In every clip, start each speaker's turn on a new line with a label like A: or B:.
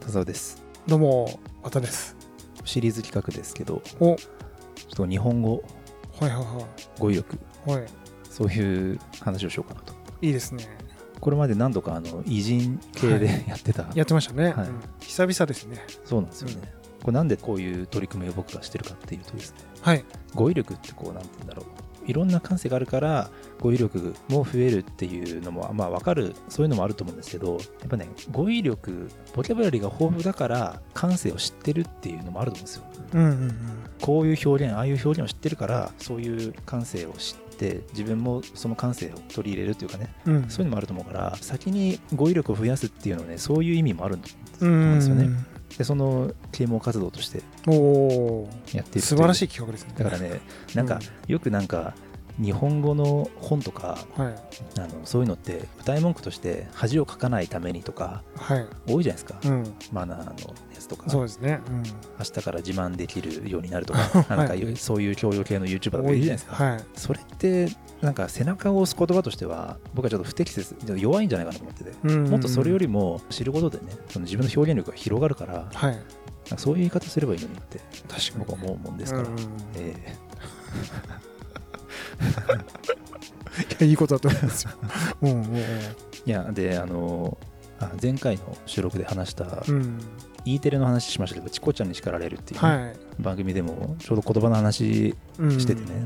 A: 笹尾です
B: どうも、またです。
A: シリーズ企画ですけどちょ
B: お、はい
A: っと日本語
B: はい
A: 語彙力
B: はい。は
A: そういう話をしようかなと
B: い。いいですね。
A: これまで何度かあの偉人系
B: は
A: でやってた、
B: やってましたね。
A: はい
B: うん久々ですね。
A: そうなんですよね、これなんでこういう取り組みを僕がしてるかっていうとですね
B: はい。
A: 語彙力ってこうなんて言うんだろういろんな感性があるから語彙力も増えるっていうのもまあ分かるそういうのもあると思うんですけどやっぱね語彙力ボキャブラリーが豊富だから感性を知ってるっていうのもあると思うんですよ
B: うんうんうん。
A: こういう表現ああいう表現を知ってるからそういう感性を知って自分もその感性を取り入れるというかね
B: うん、
A: そういうのもあると思うから先に語彙力を増やすっていうのはねそういう意味もあるんだと
B: うん
A: 思うんですよ
B: う
A: ね
B: ん
A: でその啓蒙活動として
B: うんおお、
A: やっている
B: 素晴らし
A: い
B: い企画ですね。
A: だからねなんか、よくなんか日本語の本とか
B: うん、はい
A: あのそういうのって歌い文句として恥をかかないためにとか
B: はい。
A: 多いじゃないですか、
B: うん、
A: マナーのやつとか
B: そうですね。うん。
A: 明日から自慢できるようになるとか
B: はい
A: なんかいうそういう教養系の YouTuber とかいるじゃないですか、
B: はい。
A: それってなんか背中を押す言葉としては僕はちょっと不適切で弱いんじゃないかなと思ってて、
B: うんうんうん
A: もっとそれよりも知ることでねその自分の表現力が広がるからなんか
B: はい。
A: そういう言い方すればいいのにって
B: 確
A: 僕は思うもんですから、
B: うんうんうん
A: ええ
B: いやいいことだと思い ますよ。うんうん
A: いやであのあ前回の収録で話した
B: うん。うん。
A: E テレの話しましたけど「チコちゃんに叱られる」っていうね、
B: はい。
A: 番組でもちょうど言葉の話
B: うん
A: しててね、。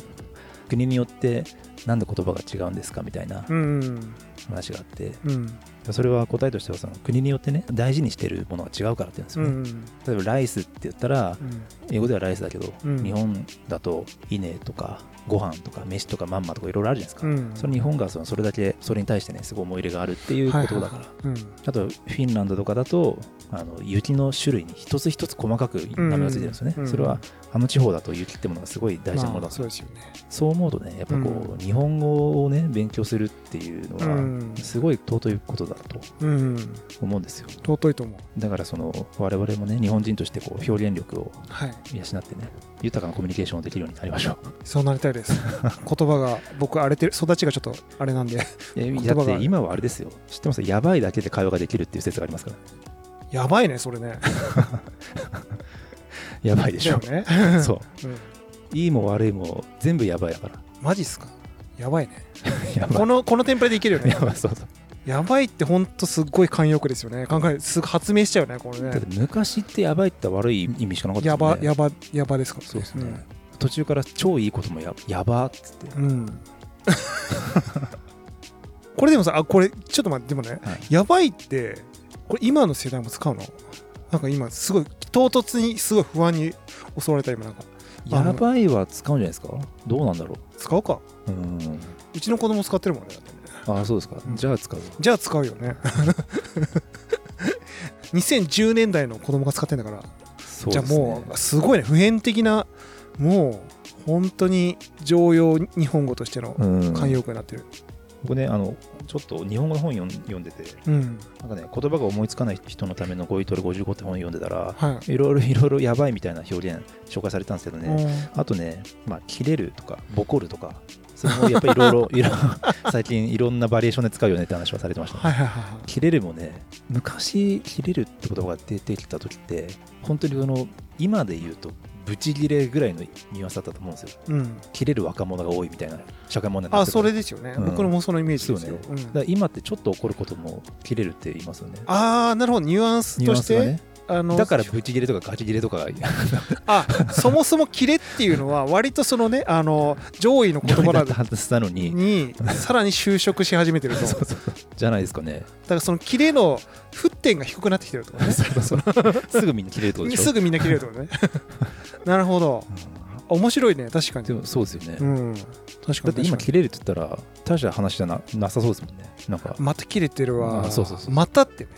A: 国によってなんで言葉が違うんですかみたいな
B: うんうん
A: 話があって、
B: うん
A: それは答えとしてはその国によってね大事にしてるものが違うからって言うんです
B: う
A: よね、
B: ん
A: 例えばライスって言ったら
B: うん
A: 英語ではライスだけど、
B: うん
A: 日本だと稲とかご飯とか飯とかまんまとかいろいろあるじゃないですか、
B: うん
A: それ日本がそのそれだけそれに対してねすごい思い入れがあるっていうことだから、
B: はいはいはいうん
A: あとフィンランドとかだとあの雪の種類に一つ一つ細かく名前がついてるんですよね、
B: うん
A: それはあの地方だと雪ってものがすごい大事なもの
B: ま
A: だ
B: あ
A: から
B: そうですよね。
A: そう思うとねやっぱこう、
B: う
A: 日本語をね勉強するっていうの
B: うん
A: はすごい尊いことだと
B: うん。
A: 思うんですよ
B: 尊いと思う。
A: だからその我々もね日本人としてこう表現力を
B: はい。
A: 養ってね豊かなコミュニケーションをできるようになりましょう
B: そうなりた いです。言葉が僕荒れてる育ちがちょっとあれな んで
A: え
B: 葉
A: だ
B: が
A: って今はあれですよ知ってますやばいだけで会話ができるっていう説がありますから
B: やばいねそれね。
A: やばいでしょ、
B: だよ ね。
A: そう
B: うん
A: いいも悪いも全部やばいだから
B: マジっすか。 やばいね。
A: やば
B: こ
A: い
B: のこのテンプレでいけるよね
A: や。ばいそうそう
B: やばいって本当すっごい慣用句ですよね。考えすぐ発明しちゃうよねこれ
A: だっ
B: ね。
A: て昔ってやばいって悪い意味しかなかった
B: やば
A: ですよね
B: やばやばですから、
A: そうですね、途中から超いいこともややばーっつって
B: うん。うん。 これでもさあこれちょっと待ってでもね
A: はい
B: やばいってこれ今の世代も使うの？なんか今すごい唐突にすごい不安に襲われた今なんか
A: やばいは使うんじゃないですかどうなんだろ
B: 使うか。
A: ううん
B: うちの子供使ってるもんね。だってね
A: ああそうですか、
B: うん
A: じゃあ使うわ
B: じゃあ使うよね。2010年代の子供が使ってんだから、
A: そう
B: じ
A: で
B: ゃあ
A: すね
B: もうすごいね普遍的なもう本当に常用日本語としての
A: うん
B: 慣用句になってる。
A: 僕ねあのちょっと日本語の本読ん読んでて
B: うん、
A: なんかね言葉が思いつかない人のための語彙トレ55って本読んでたら、、
B: はい
A: ろいろいろいろやばいみたいな表現紹介されたんですけど
B: い。
A: ね、あとね、まあ、切れるとか、ボコるとか、それもやっぱりいろいろ、 いろいろ最近いろんなバリエーションで使うよねって話はされてました、ね
B: はいはいはいはい。
A: 切れるもね、昔、切れるって言葉が出てきた時って、本当にその、今で言うと、ブチ切れぐらいのニュアンスだったと思うんですよ。
B: うん、
A: 切れる若者が多いみたいな社会問題にな
B: あ
A: って
B: それ
A: で
B: ですよね、
A: うん
B: 僕のもそのイメージ
A: す
B: で
A: よ
B: す
A: ね。
B: よ。
A: だか
B: うん
A: ら今ってちょっと怒ることも切れるって言いますよね。
B: ああなるほどニュアンス
A: ニュ
B: と
A: アン
B: し
A: ス
B: て
A: がね。
B: あの
A: だからブチ切れとかガチ切れとか、
B: あそもそもキレっていうの は割とそのねあの上位の言
A: 言
B: 葉
A: 葉だっ
B: だ
A: たはずなのに、
B: にさらに就職し始め てるとだ
A: じゃないですかね。
B: からそのキレの沸点が低くなってきてるとかね
A: そうそうそうすぐみんな切れるってことでしょ
B: すぐみんな切れる とかねなるほど面白いね確かに
A: でもそうですよね、
B: うん確か
A: だ
B: に
A: って今
B: 確かに
A: 切れるって言ったら大した話じゃななさそうですもんねなんか
B: また切れてるわ
A: あそうそうそう
B: またってね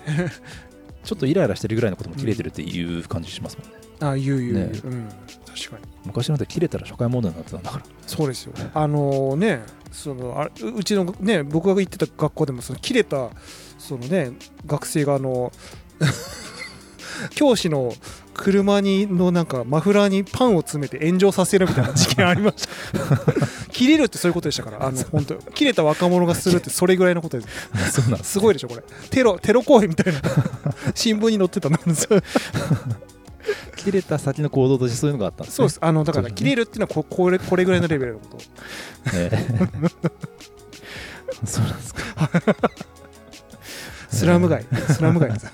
A: ちょっとイライラしてるぐらいのことも切れてるっていう感じしますもんね、
B: あ言う言う言う、
A: ね
B: うん確かに
A: 昔なんて切れたら社会問題になってたんだから
B: そうですよ。あのね、そのあううちのね、僕が行ってた学校でもその切れたそのね学生があの 教師の車にのなんかマフラーにパンを詰めて炎上させるみたいな事件ありました 切れるってそういうことでしたからあの本当切れた若者がするってそれぐらいのことです
A: そうなんです
B: すごいでしょこれテロテロ行為みたいな新聞に載ってたなんです
A: 切れた先の行動としてそういうのがあったんです、
B: そう
A: ね、
B: ですあのだから切れるっていうのはここれこれぐらいのレベルのこと
A: ええ そうなんですか。
B: スラム街スラム街です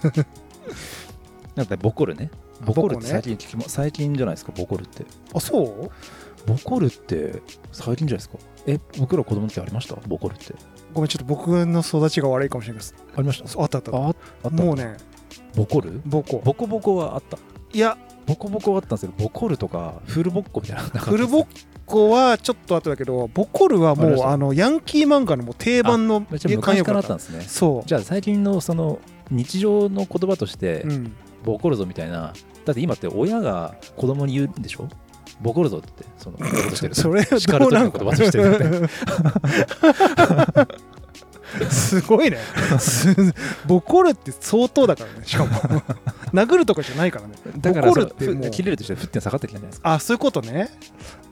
A: なんかボコルね。ボコルって最近聞きも、最近じゃないですか、ボコルって。
B: あそう
A: ボコルって最近じゃないですか。え、僕ら子供の時ありましたボコルって。
B: ごめんちょっと僕の育ちが悪いかもしれないです
A: ありました
B: あったあった
A: ああった
B: もうね
A: ボコル
B: 母校
A: ボコボコはあった。
B: いや
A: ボコボコはあったんですけど、ボコルとかフルボッコみたいなのなかったで
B: フ
A: す。
B: ルボッコはちょっと後だけどボコルは
A: あり
B: も
A: ま
B: う
A: した
B: あのヤンキー漫画のもう定番の
A: めっちゃ昔からあ
B: だ
A: ったんですね。
B: そう
A: じゃあ最近のその日常の言葉として
B: うん、
A: ボコるぞみたいな、だって今って親が子供に言うんでしょボコるぞってその言葉としてる
B: それはどうなんか
A: 叱る時の言葉としてる
B: すごいねすボコルって相当だからねし かも殴るとかじゃないからね
A: だから
B: ボ
A: そ
B: コる
A: の
B: ってもう
A: ふ切れるとして沸点下がってきたじゃないですか
B: あそういうことね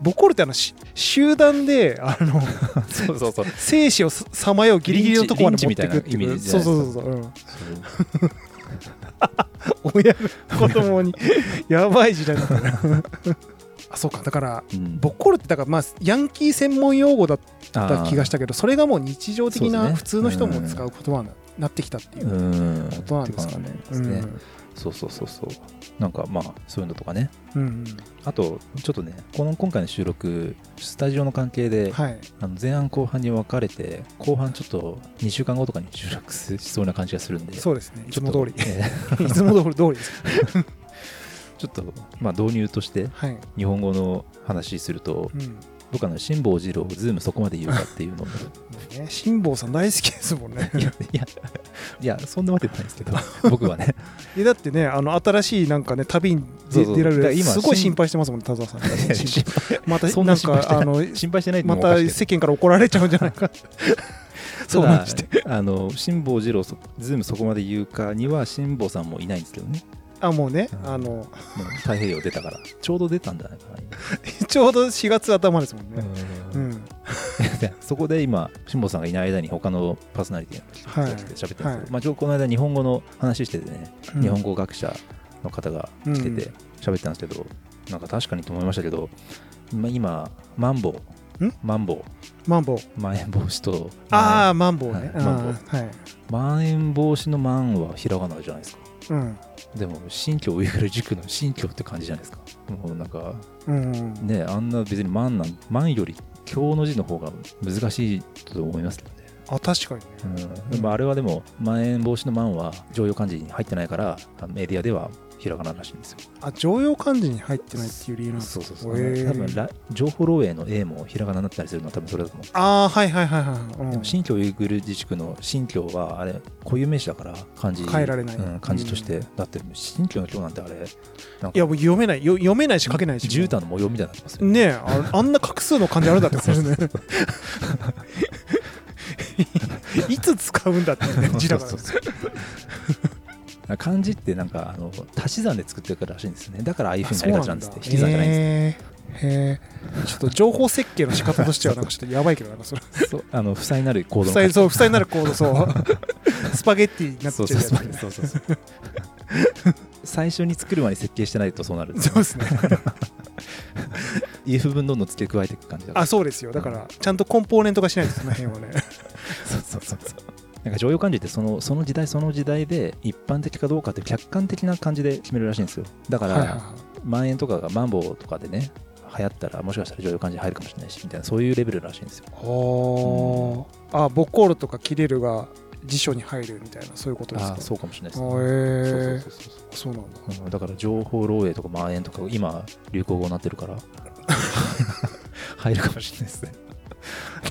B: ボコルってあのし集団であの
A: そうそうそう
B: 生死をさまようギリギリのとこまで持っていくって
A: リンチリンチみたいなイメー
B: いう
A: ジじゃ
B: そう
A: ないですか
B: そうそうそう、うん、親が子供にやばい時代だったねあそうかだから
A: うん
B: ボコルってだからまあヤンキー専門用語だった気がしたけどそれがもう日常的
A: そうです
B: な
A: ね
B: 普通の人も使う言葉になってきたっていうう
A: ーん
B: ことなんですかね
A: って感じですねそうそうそうそうなんかまあそういうのとかね
B: うんうん
A: あとちょっとねこの今回の収録スタジオの関係
B: う
A: で
B: ん、はい
A: あの前半後半に分かれて後半ちょっと2週間後とかに収録しそうな感じがするんで
B: そうですねいつも通り
A: え ー
B: いつも通り通りです
A: ちょっとまあ導入として
B: はい、
A: 日本語の話すると
B: うんも
A: 僕あの辛坊治郎ズームそこまで言うかっていうのを
B: うね、辛坊さん大好きですもんね
A: いやいやいやそんなわけないですけ ど僕はね
B: いやだってねあの新しいなんかね旅に
A: そう
B: 出
A: そう
B: 出られ
A: だから
B: る
A: 今
B: すごい
A: 新
B: 心配してますもんね田沢さん
A: 心配
B: また
A: そん
B: な
A: なん心配してな
B: か
A: い
B: あの
A: 心配してないっていう
B: ま
A: のもおかしいけ
B: た
A: ど
B: 世間から怒られちゃうんじゃないか そうなんです
A: ただあの辛坊治郎そズームそこまで言うかには辛坊さんもいないんですけどね
B: あもうね
A: うん
B: あの
A: もう太平洋出たからちょうど出たんじゃないかな
B: ちょうど4月頭ですもん
A: 今
B: ね。う
A: うん
B: ん、
A: でそこで今辛坊さんがいない間に他のパーソナリティ
B: は
A: が
B: い
A: 来て喋ってるんですけど、
B: はい
A: まあ、ちょうどこの間日本語の話しててね、日本語学者の方が来てて喋ってたんですけど、なんか確かにと思いましたけど、まあ、今マンボウ
B: ん
A: マンボウ
B: マンボウ。
A: まん延防止と
B: ああ、マンボウね。
A: はいマンボウ
B: あーはい。
A: まん延防止のマンはひらがなじゃないですか
B: うん。
A: でも新疆ウイグル塾の新疆って感じじゃないですかもうなんか
B: うんうん。
A: ねあんな別にマンなんマンより京の字の方が難しいと思いますけどね
B: あ、確かにね。
A: うん、でもあれはでも、まん延防止のマンは常用漢字に入ってないから、あメディアではひらがならしいんですよ。
B: あ、常用漢字に入ってないっていう理由なんです
A: そう
B: か
A: そうそう。
B: へー
A: 多分ら情報漏洩の A もひらがなになったりするのは多分それだと思う。
B: ああ、はいはいはいはい。うん
A: でも新疆ウイグル自治区の新疆はあれ固有名詞だから漢字
B: 変えられない
A: うん、漢字として、だって新疆の京なんてあれ
B: いや、もう読めない。よ読めないし書けないし。
A: 絨毯の模様みたいになってますよ
B: ねえあ、 あんな画数の漢字あるんだってことですね。 いつ使うんだっていうね字だからね
A: そうそうそう漢字ってなんかあの足し算で作ってるらしいんですよねだからああいうふうになりがちなんですって引き算じゃないんです
B: へえへえちょっと情報設計の仕方としてはなんかちょっとやばいけどなんかそれ
A: そうあの負債になる行動
B: 負
A: の
B: 債そう負債になるコードそ うスパゲッティになっちゃ
A: そうう
B: やつ
A: そうそうそうそうそう最初に作る前に設計してないとそうなる
B: そうですね
A: if 分どんどん付け加えていく感じだから
B: あそうですよだからちゃんとコンポーネント化しないとその 辺はね
A: そうそうそうそうなんか常用漢字ってそのその時代その時代で一般的かどうかって客観的な感じで決めるらしいんですよだか
B: は
A: ら、
B: いはいは
A: 万円とかがマンボウとかでね流行ったらもしかしたら常用漢字入るかもしれないしみたいなそういうレベルらしいんですよ
B: いおーあボコールとかキレルが辞書に入るみたいなそういうことです
A: あ
B: か
A: あそうかもしれないですね
B: あへえ
A: そうそうそうそう
B: そうなんだ
A: うんだから情報漏洩とか蔓延とか今流行語になってるから入るかもしれないですね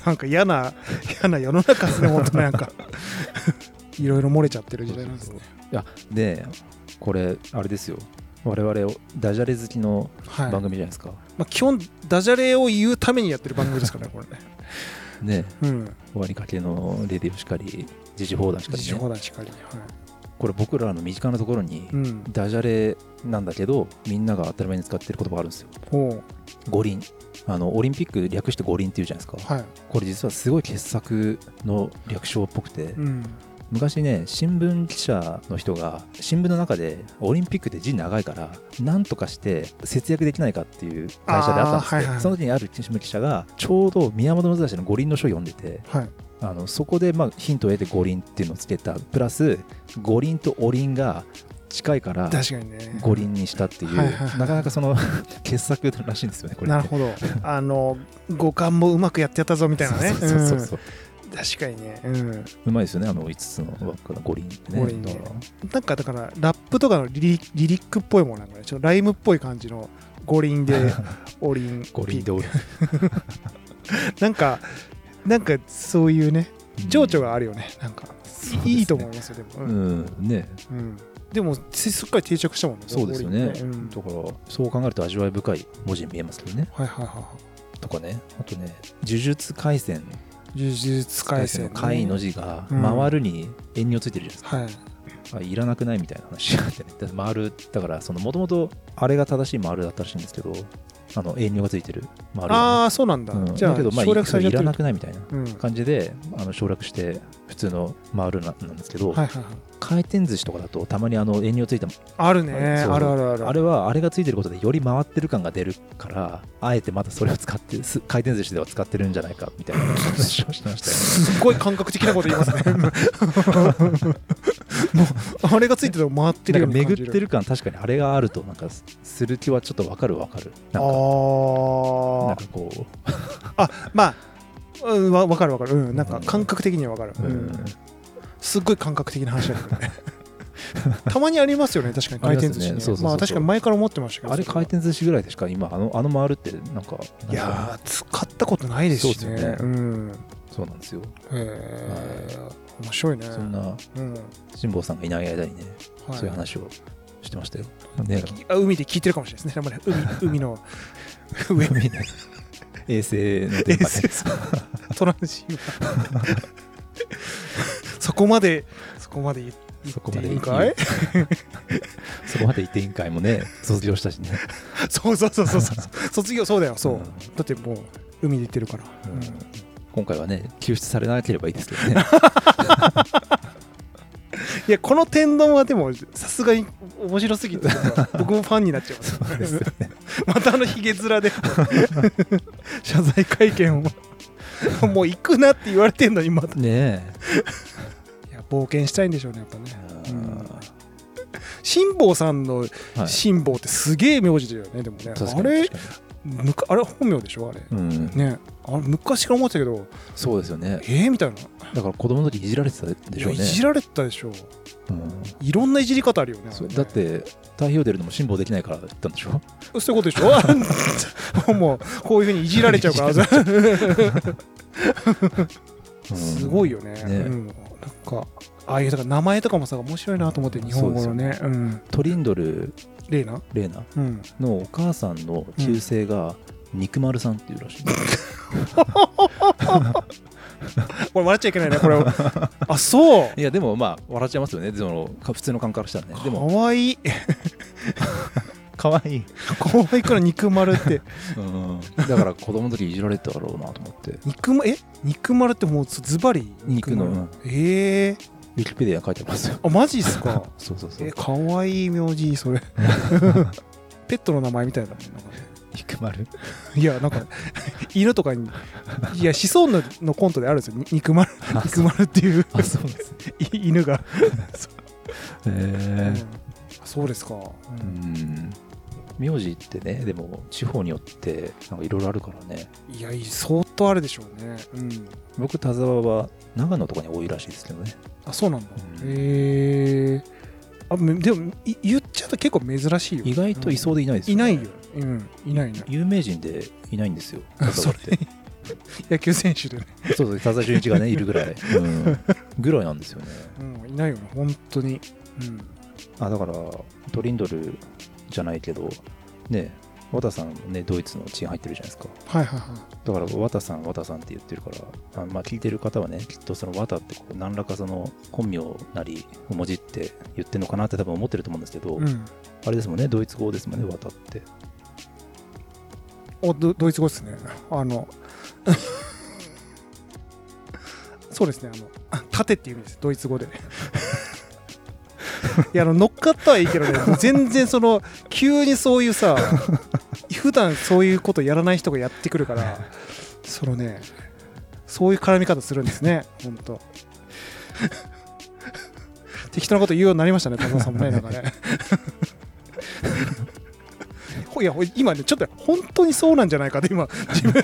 B: なんか嫌な嫌な世の中ですね本当なん かいろいろ漏れちゃってる時代なんですね
A: いやでこれあれですよ我々ダジャレ好きの
B: はい、
A: 番
B: ま
A: 組じゃないですか、
B: あ、基本ダジャレを言うためにやってる番組ですからねこれね
A: ね
B: うん
A: 終わりかけのレディオしかり時事放題しか
B: 自主
A: り、ね
B: 放題しかり、はい、
A: これ僕らの身近なところに
B: うん
A: ダジャレなんだけどみんなが当たり前に使ってる言葉があるんですよ
B: ほう
A: 五輪あのオリンピック略して五輪っていうじゃないですか
B: はい
A: これ実はすごい傑作の略称っぽくて
B: うん
A: 昔ね新聞記者の人が新聞の中でオリンピックって字長いからなんとかして節約できないかっていう会社であったんですけど、
B: あーはいはい
A: その時にある新聞記者がちょうど宮本武蔵の五輪の書を読んでて
B: はい
A: あのそこでまあヒントを得て五輪っていうのをつけたプラス五輪とお輪が近いから
B: 確かにね
A: 五輪にしたっていう、
B: はいはいはい
A: なかなかその 傑作らしいんですよねこれ
B: な
A: っ
B: る
A: て。
B: ほど あの五感もうまくやってやったぞみたいなね
A: そうそうそうそう、
B: うん確かにねうん
A: うまいですよねあの5つの輪っかの五輪ってね
B: 五輪ね
A: だから
B: なんかだからラップとかのリリリリックっぽいもんなんかねちょっとライムっぽい感じの五輪 でオリン
A: 五輪でおり
B: なんかなんかそういうね 情緒があるよねなんか
A: そうですね
B: いいと思いますよでも、
A: う
B: うん
A: んね
B: うんでもすすっかり定着したもんね
A: そうですよね、
B: 五輪ってうん
A: だからそう考えると味わい深い文字に見えますけどね
B: はいはいはいはい
A: とかねあとね「呪術廻戦」
B: 呪術廻戦ね
A: の「廻」の字が「
B: うん
A: 回る」に縁についてるじゃないですか、
B: はい
A: あいらなくないみたいな話があってねだから回るだからそのもともとあれが正しい回るだったらしいんですけどあの遠慮がついてる回るがね、
B: ああそうなんだ、
A: うん
B: じゃあ
A: だけどまあ
B: 省略されちゃ
A: い
B: って
A: ら
B: る
A: なくないみたいな
B: うんはい
A: 感じであの省略して普通の回るななんですけど、
B: はいはい
A: 回転寿司とかだとたまにあの遠慮ついた
B: あるね
A: そう
B: あるあるある
A: あれはあれがついてることでより回ってる感が出るからあえてまたそれを使ってす回転寿司では使ってるんじゃないかみ たいな話をしてましたよ
B: すっごい感覚的なこと言いま すねもうあれがついてても回ってる
A: な
B: ようんに
A: か
B: 感じる
A: 巡ってる感確かにあれがあるとなんかすする気はちょっとわかるわかるなんかなん
B: あ
A: かこう
B: あまあうん、わ分かる分かる、うん、なんか
A: うん
B: 感覚的には分かる、
A: う
B: うんんすっごい感覚的な話だけど ねたまにありますよね確かに回転寿司
A: あり
B: ね
A: ますねそうそうそう
B: まあ確かに前から思ってましたけど
A: あれ回転寿司ぐらいでしか今あのあの回るってなんか
B: い
A: なんか
B: やー使ったことないですし
A: そ
B: ね
A: うですよね
B: うんへ
A: そうなんですよ
B: え面白いね
A: そんな
B: うんは
A: 辛坊さんがいない間にね
B: い
A: そういう話をしてましたよね
B: あ海で聞いてるかもしれないですねやっぱり 海海の上
A: 海ね衛星の電波ね
B: トランシーバ ーそこまでそこまで言
A: そこ
B: っ
A: まで
B: て
A: いい
B: いいんかい
A: そこまで行って委員会もね卒業したしね
B: そうそうそうそうそう卒業そうだよそう、
A: うん
B: だってもう海で行ってるから、うん
A: 今回はね救出されなければいいですけど ね
B: いやこの天丼はでもさすがに面白すぎて僕もファンになっちゃいます
A: ですよね
B: またあのひげ面で 謝罪会見をもう行くなって言われてんのにまたい
A: ね
B: や冒険したいんでしょうねやっぱ
A: えう
B: ね
A: ん
B: 辛坊さんの
A: はい
B: 辛坊ってすげえ名字だよねでもね
A: 確か
B: あ
A: に
B: れ
A: 確か
B: むかあれ本名でしょあれ、
A: にうん
B: ねあれ昔から思ってたけど
A: そうですよね
B: えー、みたいな
A: だから子供の時いじられてたでしょう
B: い
A: ね
B: やいじられてたでしょ
A: うん
B: いろんないじり方あるよね
A: そう
B: あれね
A: だって太平洋出るのも辛抱できないからだったんでしょ
B: そういうことでしょあ もうこういうふうにいじられ ちゃうからすごい
A: よ
B: よね,、
A: ね
B: うん、なんかああいうだから名前とかもさ面白いなと思って日本語のねうん
A: トリンドル・
B: レイナ
A: レーナ
B: うん
A: のお母さんの旧姓が肉丸さんっていうらしいんですよ
B: これ笑っちゃいけないねこれ あそう
A: いやでもまあ笑っちゃいますよねそのか普通の感覚からしたらねで
B: か
A: も
B: わいい
A: 可愛い
B: かわいいから肉丸って
A: うんだから子供の時いじられてただろうなと思って
B: 肉まえ肉丸ってもうズバリ
A: 肉の
B: 丸ええ
A: ウィキペディアに書いてますよ
B: あマジっす か
A: そうそうそ
B: え
A: う
B: かわいい名 字それペットの名前みたいだねなんかね
A: 肉丸
B: いやなんか犬とかにいや子孫ののコントであるんですよに肉丸
A: あ
B: 肉丸っていう
A: あそうなんです
B: い犬が、
A: へ
B: う
A: え
B: んそうですか、
A: う
B: うん
A: ん名字ってねでも地方によってなんかいろいろあるからね
B: いや相当あれでしょうねうん
A: 僕田沢は長野とかに多いらしいですけどね
B: あそうなんだ、
A: うん
B: へえあめでもい言っちゃうと結構珍しいよ
A: 意外といそうでいないです
B: い
A: ね
B: ないよ、うん、いないね
A: 有名人でいないんです よ田沢って
B: 野球選手でね、
A: そうそう田沢純一がねいるぐらい、うん、ぐらいなんですよね
B: うん、いないよね本当にうん
A: あだからトリンドルじゃないけどね綿さんもねドイツの血が入ってるじゃないですか
B: はいはいは
A: だから綿さん綿さんって言ってるからあまあ聞いてる方はねきっとその綿ってこう何らかその本名なりをもじって言ってるのかなって多分思ってると思うんですけど、
B: い。うん。
A: あれですもんねドイツ語ですもんね綿って
B: おドドイツ語ですね。あの、そうですね、あの、あ盾っていう意味です、ドイツ語で。いやあの乗っかったはいいけどね、全然その、急にそういうさ、普段そういうことやらない人がやってくるから、そのね、そういう絡み方するんですね、本当。適当なこと言うようになりましたね、田中さんもね、なんかね。ほいやほい今ねちょっと本当にそうなんじゃないかで今自分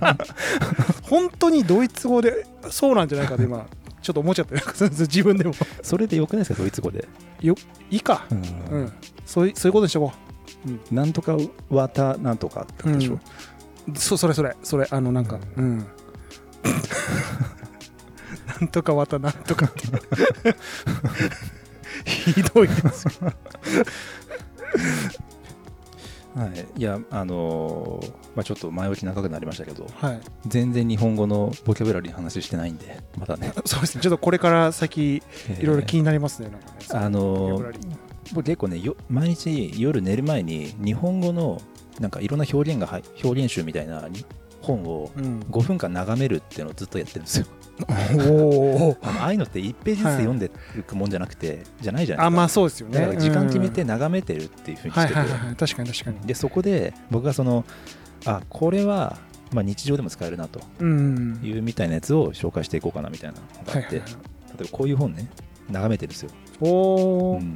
B: 本当にドイツ語でそうなんじゃないかで今ちょっと思っちゃってなんかそうそう 自分でも
A: それでよくないですかドイツ語で、
B: いいか、
A: うん
B: うん、そういそういうことにしとこ
A: なんとか綿なんとかってことでしょ、
B: うんうそそれそれそれあのなんかうん、 なんとかまたなんとかってひどいで すよ
A: はい、いやあのーまあ、ちょっと前置き長くなりましたけど
B: はい
A: 全然日本語のボキャブラリーの話してないんでまだね
B: そうですねちょっとこれから先いろいろ気になりますねなんかね
A: えーあのー
B: ー
A: 僕結構ねよ毎日夜寝る前に日本語のなんかいろんな表現が入表現集みたいなに本を
B: うん、
A: 5分間眺めるっていうのをずっとやってるんですよ
B: おお
A: あのああいうのって1ページずつ読んでいくもんじゃなくて、じゃないじゃないですか
B: あまあそうですよ
A: だか
B: ね
A: ら時間決めて
B: うん
A: 眺めてるっていうふうに
B: は
A: し
B: い
A: てて、
B: はいはいはい確かに確かに
A: でそこで僕がそのあこれは、まあ、日常でも使えるなと
B: うん
A: いうみたいなやつを紹介していこうかなみたいなのがあ
B: はい
A: っ
B: はい
A: て、
B: はい
A: 例えばこういう本ね眺めてるんですよ、
B: お
A: う
B: お
A: ん、い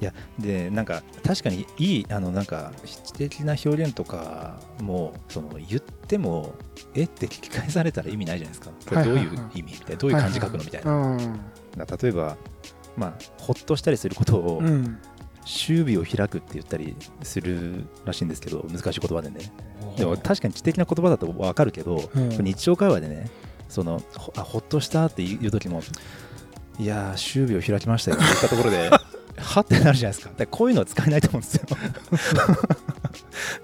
A: やでなんか確かにいいあのなんか詩的な表現とかもその言ってもえって聞き返されたら意味ないじゃないですかこれどういう
B: はいはいはい
A: 意味みたいなどういう漢字書くのみたいな、だから例えばまあほっとしたりすることを
B: うん
A: 終尾を開くって言ったりするらしいんですけど難しい言葉でねでも確かに知的な言葉だと分かるけど、
B: うん
A: 日常会話でねそのほあほっとしたっていう時もいやー終尾を開きま したよって言ったところではってなるじゃないですかだからこういうのは使えないと思うん ですよ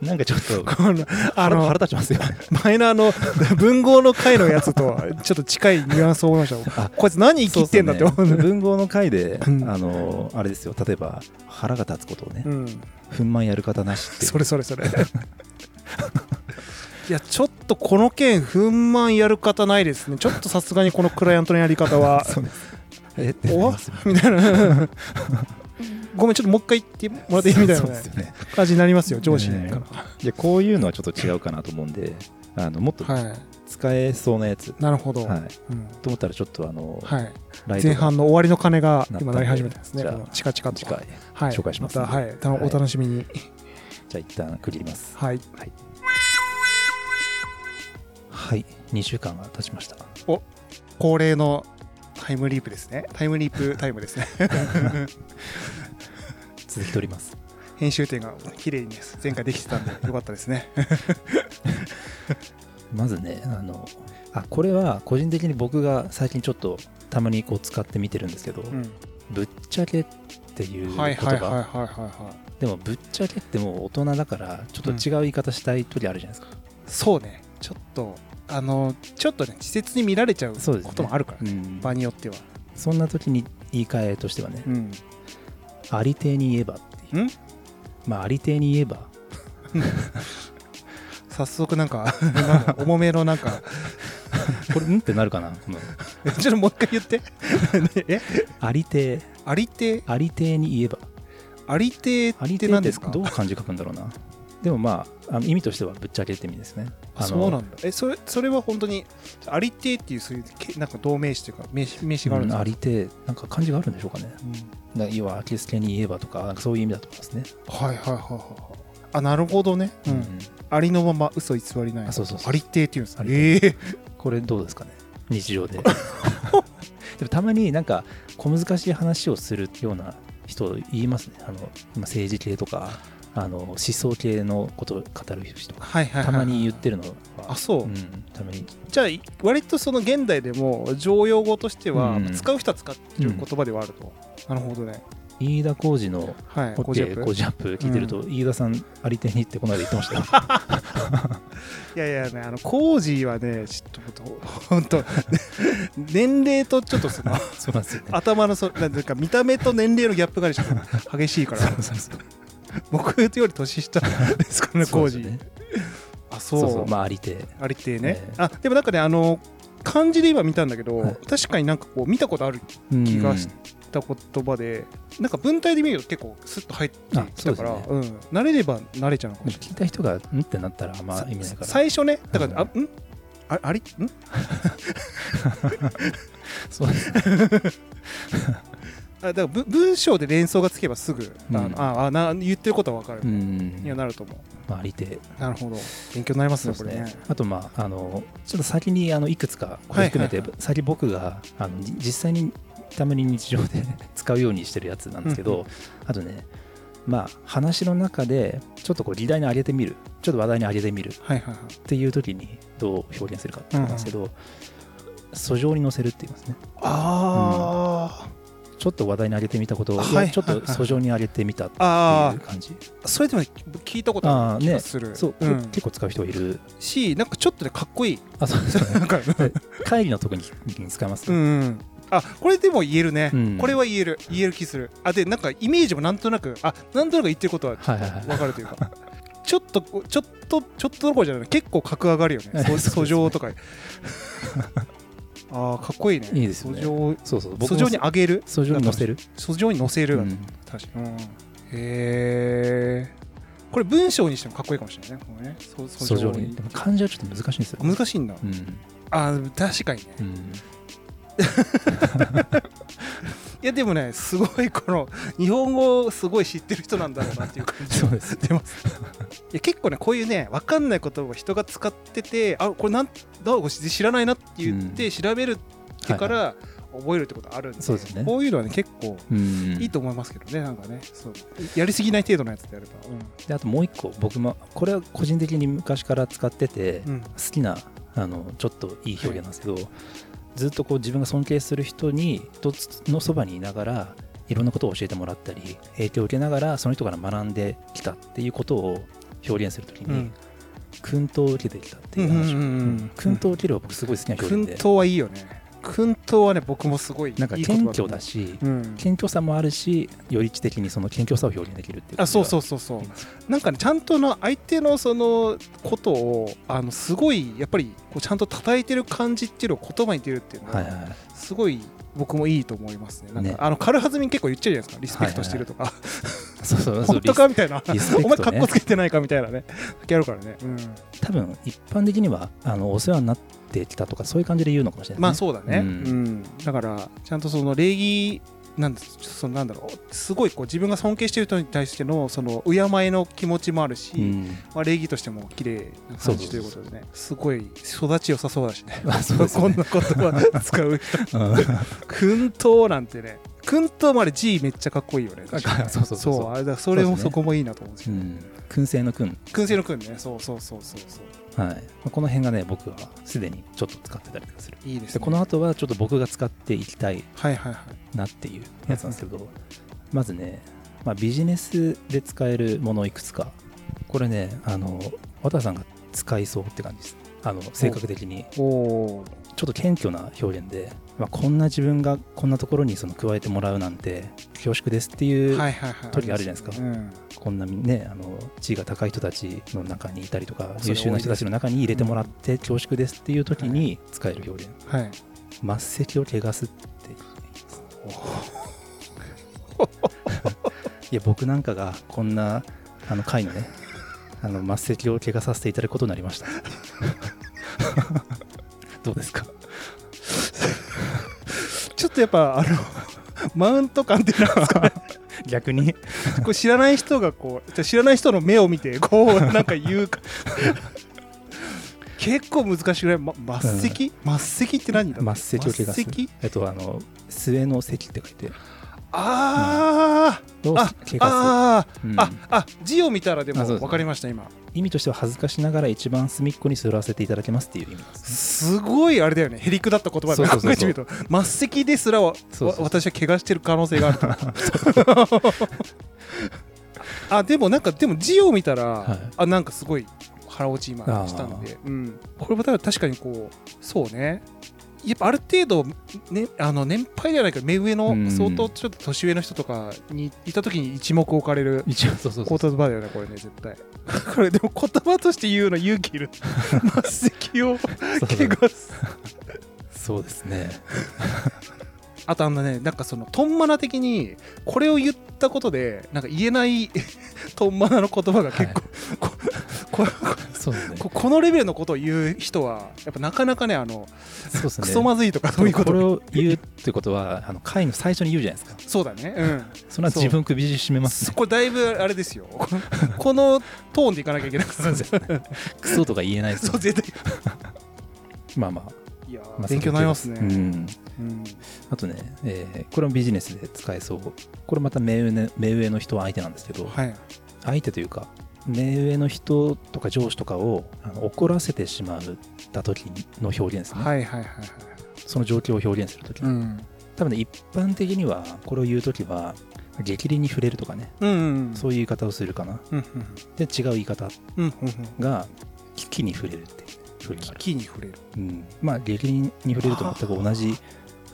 A: なんかちょっと
B: このあ
A: 腹腹
B: の
A: 立ちます よ
B: 前のあの文豪の回のやつとはちょっと近いニュアンスを思いました
A: あ
B: こいつ何生きてんだって思
A: そう
B: う
A: そうね
B: ね
A: 文豪の回で、
B: うん
A: あのあれですよ例えば腹が立つことをね
B: うん
A: 憤懣やる方なしって
B: それそれそれ いやちょっとこの件憤懣やる方ないですねちょっとさすがにこのクライアントのやり方は
A: そうですえってなり
B: お
A: ますよ
B: みたいなごめんちょっともう一回言ってもらっていいみたい
A: そ
B: な
A: うですよね
B: 感じになりますよ上司
A: ねえ
B: から
A: いやこういうのはちょっと違うかなと思うんであのもっと
B: は
A: 使えそうなやつ、
B: い、なるほど、
A: はい
B: うん
A: と思ったらちょっとあの、
B: はい、
A: ライト
B: 前
A: が
B: 半の終わりの鐘が
A: 鳴っ
B: 今
A: たんで
B: 鳴り始めたんですね、
A: じゃあ
B: このチカチカと
A: 次回
B: はい、
A: 紹介します
B: また、はい、た
A: はい
B: お楽しみに、
A: じゃあ一旦区切ります
B: はい、
A: はい2週間が経ちました
B: 恒例のタイムリープですね、タイムリープタイムですね、
A: 続き取ります
B: 編集点が綺麗にね前回できてたんで、 よかったですね。
A: まずねあのあこれは個人的に僕が最近ちょっとたまにこう使ってみてるんですけど、ぶっちゃけっていう言葉、
B: はいはいはいはいはいはい、
A: でもぶっちゃけってもう大人だからちょっと違う言い方したい時あるじゃないですか、
B: そうね、ちょっと、あのちょっとね、稚拙に見られちゃう
A: そうですね
B: こともあるから、ね
A: うん
B: 場によっては。
A: そんな時に言い換えとしてはね、
B: うん、
A: ありていに言えばっていう。
B: ん
A: まあ、ありていに言えば、
B: 早速なんか なんか重めのなんか
A: これ、うんってなるかな、この
B: ちょっともう一回言って え
A: ありてい、
B: ありて
A: ありていに言えば。
B: あり
A: あ
B: てー
A: り
B: ってて
A: いっ
B: 何
A: て
B: ですか
A: どう漢字書くんだろうな。でもまあ、あの意味としてはぶっちゃけって意味ですね。あの
B: そうなんだえそれそれは本当にありてーっていうそういうけなんか同名詞というか名詞名詞がある
A: う
B: ん
A: ん
B: です
A: あ
B: か、
A: りてい、なんか漢字があるんでしょうかね。な要は、あけすけに言えばとか、なんかそういう意味だと思いますね。
B: はいはいはいはいはいあなるほどね、うん
A: うん
B: ありのまま嘘偽りない
A: あそうそうそう
B: ありてーっていうんです
A: あ
B: ね
A: りて
B: ええ
A: これ、どうですかね、日常 で。でも、たまになんか、小難しい話をするような人、言いますね。あのまあ政治系とか、あの思想系のことを語る人
B: はいはいはい
A: たまに言ってるのは
B: あそう、
A: ん、たまに
B: じゃあ割とその現代でも常用語としては、
A: うん
B: 使う人は使ってる言葉ではあると、なるほどね
A: 飯田浩二の
B: はい、
A: ホッケー工
B: 50
A: 事アップ聞いてると、飯田さんありてにってこの間言ってま したよ
B: いやいやね、あの、コージーはね、ちょっと、ほんと、 年齢とちょっとその、
A: そうなんですよね
B: 頭のそ、なんていうか、見た目と年齢のギャップがねちょっと激しいから、
A: そうそうそう
B: 僕より年下ですからね、コ
A: そう
B: ー
A: です
B: ジ
A: よ
B: ー
A: ね。
B: あ、そ
A: そううそうまあありて
B: ありってね
A: ええ。
B: あ、でもなんかね、あの、漢字で今見たんだけど、
A: はい
B: 確かになんかこう、見たことある気がした言葉で、なんか文体で見ると結構スッと入ってきたから、
A: あ
B: うん、慣れれば慣れちゃうのか
A: うん
B: も
A: で
B: し
A: も聞いた人がんってなったらあんま
B: れ
A: あ
B: ない。
A: 意味ないから
B: 最初ね、だから、あ、んあありん
A: そうです
B: あだからぶ文章で連想がつけばすぐ、あの
A: うん
B: ああな言ってることは分かる、
A: うん
B: にはなると思
A: まあありて
B: うなるほど勉強になります
A: そう
B: ね
A: で
B: こ
A: すね
B: れね
A: あとまああのちょっと先にあのいくつかこれ含めて、
B: はいはい
A: 先僕があのじ実際にたまに日常で 使うようにしてるやつなんですけど、あとねまあ話の中でちょっとこう議題に上げてみるちょっと話題に上げてみるっ
B: はいはいはい
A: ていう時にどう表現するかなんですけど、訴状に載せるって言いますね
B: あ、
A: ちょっと話題に上げてみたことを、
B: はい
A: いや
B: はい
A: ちょっと訴状に上げてみたって
B: あ
A: いう感じ
B: あそれでもね聞いたことある気がする、
A: そう、
B: うん
A: 結構使う人いる
B: しなんかちょっとねかっ こいい
A: あそう そう
B: なんか
A: 会議の時にに使います、
B: うん、うん、あこれでも言えるね、
A: うん
B: これは言える言える気するあでなんかイメージもなんとなくあなんとなく言ってるこ とは
A: はいはいはい
B: 分かるというかちょっとこちょっとちょっとどころじゃない結構格上がるよ ね
A: そうですね
B: 訴 状とかああかっこいいね
A: いいですよね
B: 訴状
A: そうそう僕
B: 訴
A: も
B: 状に上げる
A: 訴状に載せる、
B: 訴状に載せるだ
A: う
B: ね、
A: ん
B: 確かに、うん、へえこれ文章にしてもかっこいいかもしれないねこれねそ
A: 訴
B: 訴
A: 状にでも漢字はちょっと難しいんですよ、
B: あ難しいんだ、
A: うん
B: あー確かにね
A: うん
B: いやでもねすごいこの日本語をすごい知ってる人なんだろうなっていう感 じ
A: そうです
B: 出ますいや結構ねこういうね分かんない言葉を人が使っててあこれなんどう知らないなって言って調べるってか
A: は
B: ら覚えるってことあるんで,、
A: そうですね
B: こういうのはね結構
A: うん
B: いいと思いますけどね、なんかねそうやりすぎない程度のやつであれば、
A: であともう一個僕もこれは個人的に昔から使ってて、
B: うんうん
A: 好きなあのちょっといい表現なんですけど、ずっとこう自分が尊敬する人に一つのそばにいながらいろんなことを教えてもらったり影響を受けながらその人から学んできたっていうことを表現するとき
B: う
A: に
B: ん
A: 薫陶、を受けてきたっていう話を
B: うんうんうんうん
A: 薫陶を受けるは僕すごい好きな表
B: 訓
A: 現で
B: 刀はいいよね訓刀はね僕もすごい
A: なんか
B: いい言葉
A: 謙
B: だと
A: 虚
B: 思う
A: だし
B: うん、
A: 謙虚さもあるしより知的にその謙虚さを表現できるっていう
B: あそう
A: う
B: そうそうそうなんかねちゃんとの相手のそのことをあのすごいやっぱりこうちゃんと叩いてる感じっていうのを言葉に出るっていうの
A: はいはい
B: は
A: はい
B: すごい僕もいいと思いますね。なんか
A: ね
B: あの軽はずみに結構言っちゃうじゃないですかリスペクトしてるとか、
A: そうそうそう
B: 本当かみたいな、
A: リスペ
B: お
A: ク
B: 前
A: ト
B: かっ
A: ね
B: こつけてないかみたいなね時あるからね、うん
A: 多分一般的にはあのお世話になってきたとかそういう感じで言うのかもしれないですね
B: まあそうだね、う
A: うんん
B: だからちゃんとその礼儀なんですそのなんだろうすごいこう自分が尊敬してる人に対してのその敬いの気持ちもあるし、
A: うん
B: まあ、礼儀としても綺麗な感じということでねすごい育ち良さそうだしね
A: まあ そうです
B: こん
A: ね
B: な言葉使う人薫陶なんてね薫陶まで G めっちゃかっこいいよね
A: か そうそうそうそう
B: あれだからそれ
A: そう
B: も
A: ですね
B: そこもいいなと思うんです
A: う
B: よ
A: ん、燻製の燻、
B: 燻製の燻ねそうそうそうそうそ
A: はい、この辺がね僕はすでにちょっと使ってたりとかする
B: ういいです
A: で
B: ね
A: この後はちょっと僕が使っていきたい
B: はいはいはい
A: なっていうやつなんですけどまずね、まあ、ビジネスで使えるものいくつかこれねあの渡さんが使いそうって感じですあの性格的に
B: おおー
A: ちょっと謙虚な表現で、まあ、こんな自分がこんなところにその加えてもらうなんて恐縮ですっていう、
B: はいはいはい
A: 時あるじゃないですか
B: うん
A: こんなねあの地位が高い人たちの中にいたりとか
B: それ
A: 優秀な人たちの中に入れてもらって恐縮ですっていう時に使える表現
B: はい
A: 末席を汚すって 言いますいや僕なんかがこんなあの会のねあの末席を汚させていただくことになりま したどうですか
B: ちょっとやっぱあの マウント感っていうのは
A: 逆 に
B: こう知らない人がこう知らない人の目を見てこうなんか言 うか結構難しいぐらい、ま、末席、末席って何だ
A: 末席を汚
B: 末
A: す
B: 席
A: えっとあの末の席って書いて
B: ああ、
A: を
B: あ
A: 経過
B: あ
A: する、うん
B: あああ字を見たらでも
A: あそうです
B: 分かりました今
A: 意味としては恥ずかしながら一番隅っこに座らせていただけますっていう意味なんですね
B: すごいあれだよねへりくだった言葉
A: そうそう
B: だ
A: そう
B: ね考えてみると末席ですらわ
A: そうそうそう
B: わ私は怪我してる可能性があると あでもなんかでも字を見たら、
A: はい
B: あなんかすごい腹落ち今
A: あー
B: したんで、うん、これもだから確かにこうそうねやっぱある程度、ね、あの年配ではないけど目上
A: う
B: の
A: ん
B: 相当ちょっと年上の人とかにいた時に一目置かれる
A: 一応そうそうそう
B: 言葉だよねこれね絶対 これでも言葉として言うの勇気い る末席を
A: そう
B: 怪我す
A: そうですね
B: あとあのねなんかそのトンマナ的にこれを言ったことでなんか言えない トンマナの言葉が結構、ここ
A: そうですね
B: ここのレベルのことを言う人はやっぱなかなかねあの
A: そうですね
B: クソまずいとかそういうこ
A: ことれを言うってことはあの会の最初に言うじゃないですか
B: そうだねうん
A: その後自分首絞めます
B: そ
A: ね
B: これだいぶあれ ですよこのトーンでいかなきゃいけないから
A: クソとか言えないです
B: そう
A: よ
B: 絶対
A: まあま
B: いやー
A: あまあ
B: 勉強になります
A: あう
B: ね、
A: ん
B: うん
A: あとね、えーこれもビジネスで使えそうこれまた目上,、目上の人は相手なんですけど、
B: はい
A: 相手というか目上の人とか上司とかをあの怒らせてしまった時の表現ですね、
B: はいはいはいはい
A: その状況を表現する時、
B: うん
A: 多分ね一般的にはこれを言う時は激励に触れるとかね
B: うんうん
A: そういう言い方をするかな
B: うんうん
A: で違う言い方
B: うんうんうん
A: が危機に触れるっていう風になる、
B: 木に触れる
A: うん、まあ激励に触れると全く同じ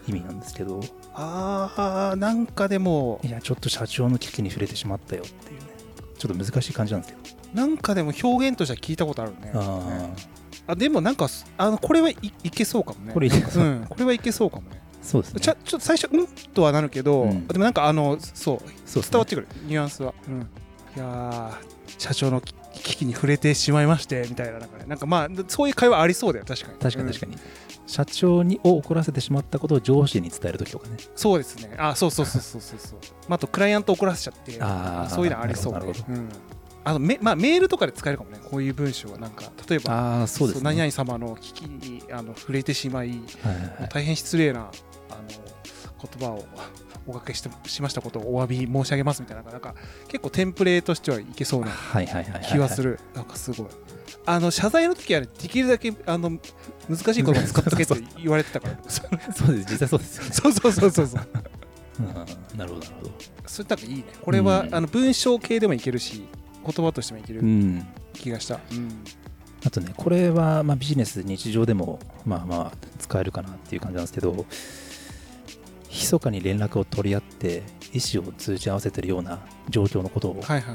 A: 意味なんですけど
B: あーなんかでも
A: いやちょっと社長の危機に触れてしまったよっていうねちょっと難しい感じなんですけど
B: なんかでも表現としては聞いたことあるね
A: あ
B: あでもなんかあのこれはい、いけそうかもね
A: これいけそう
B: うん、これはいけそうかもね
A: あそうですね
B: ちゃちょっと最初うんとはなるけど、
A: うん
B: でもなんかあのそう
A: そうですね
B: 伝わってくるニュアンスは、うん、いやー社長の危危機に触れてしまいましてみたいななんかねなんかまあそういう会話ありそうだよ確かに
A: 確かに確か
B: に、
A: に、社長にを怒らせてしまったことを上司に伝えるときとかね
B: うんそうですねあそうそうそうそうそうそう、まあ、あとクライアント怒らせちゃって
A: あー
B: そういうのありそう、ね
A: なるほど
B: うん、あのめ、まあ、メールとかで使えるかもねこういう文章はなんか例えば
A: ああそうですね
B: 何々様の危機にあの触れてしまい
A: はいはいはい
B: 大変失礼なあの言葉を おかけしてしましたことをお詫び申し上げますみたいななんか結構テンプレとしてはいけそうな
A: はいはいはいはい
B: 気はする、なんかすごいあの謝罪の時はねできるだけあの難しい言葉使っとけって言われてたから
A: そうです実 際そうですよね、
B: そうそうそうそうそう
A: うん、なるほどなるほど
B: それなんかいいねこれは、
A: うん
B: あの文章系でもいけるし言葉としてもいけ
A: う
B: る
A: ん
B: 気がした、うん
A: あとねこれはまあビジネス日常でもまあまあ使えるかなっていう感じなんですけど密かに連絡を取り合って意思を通じ合わせてるような状況のことを
B: はいはい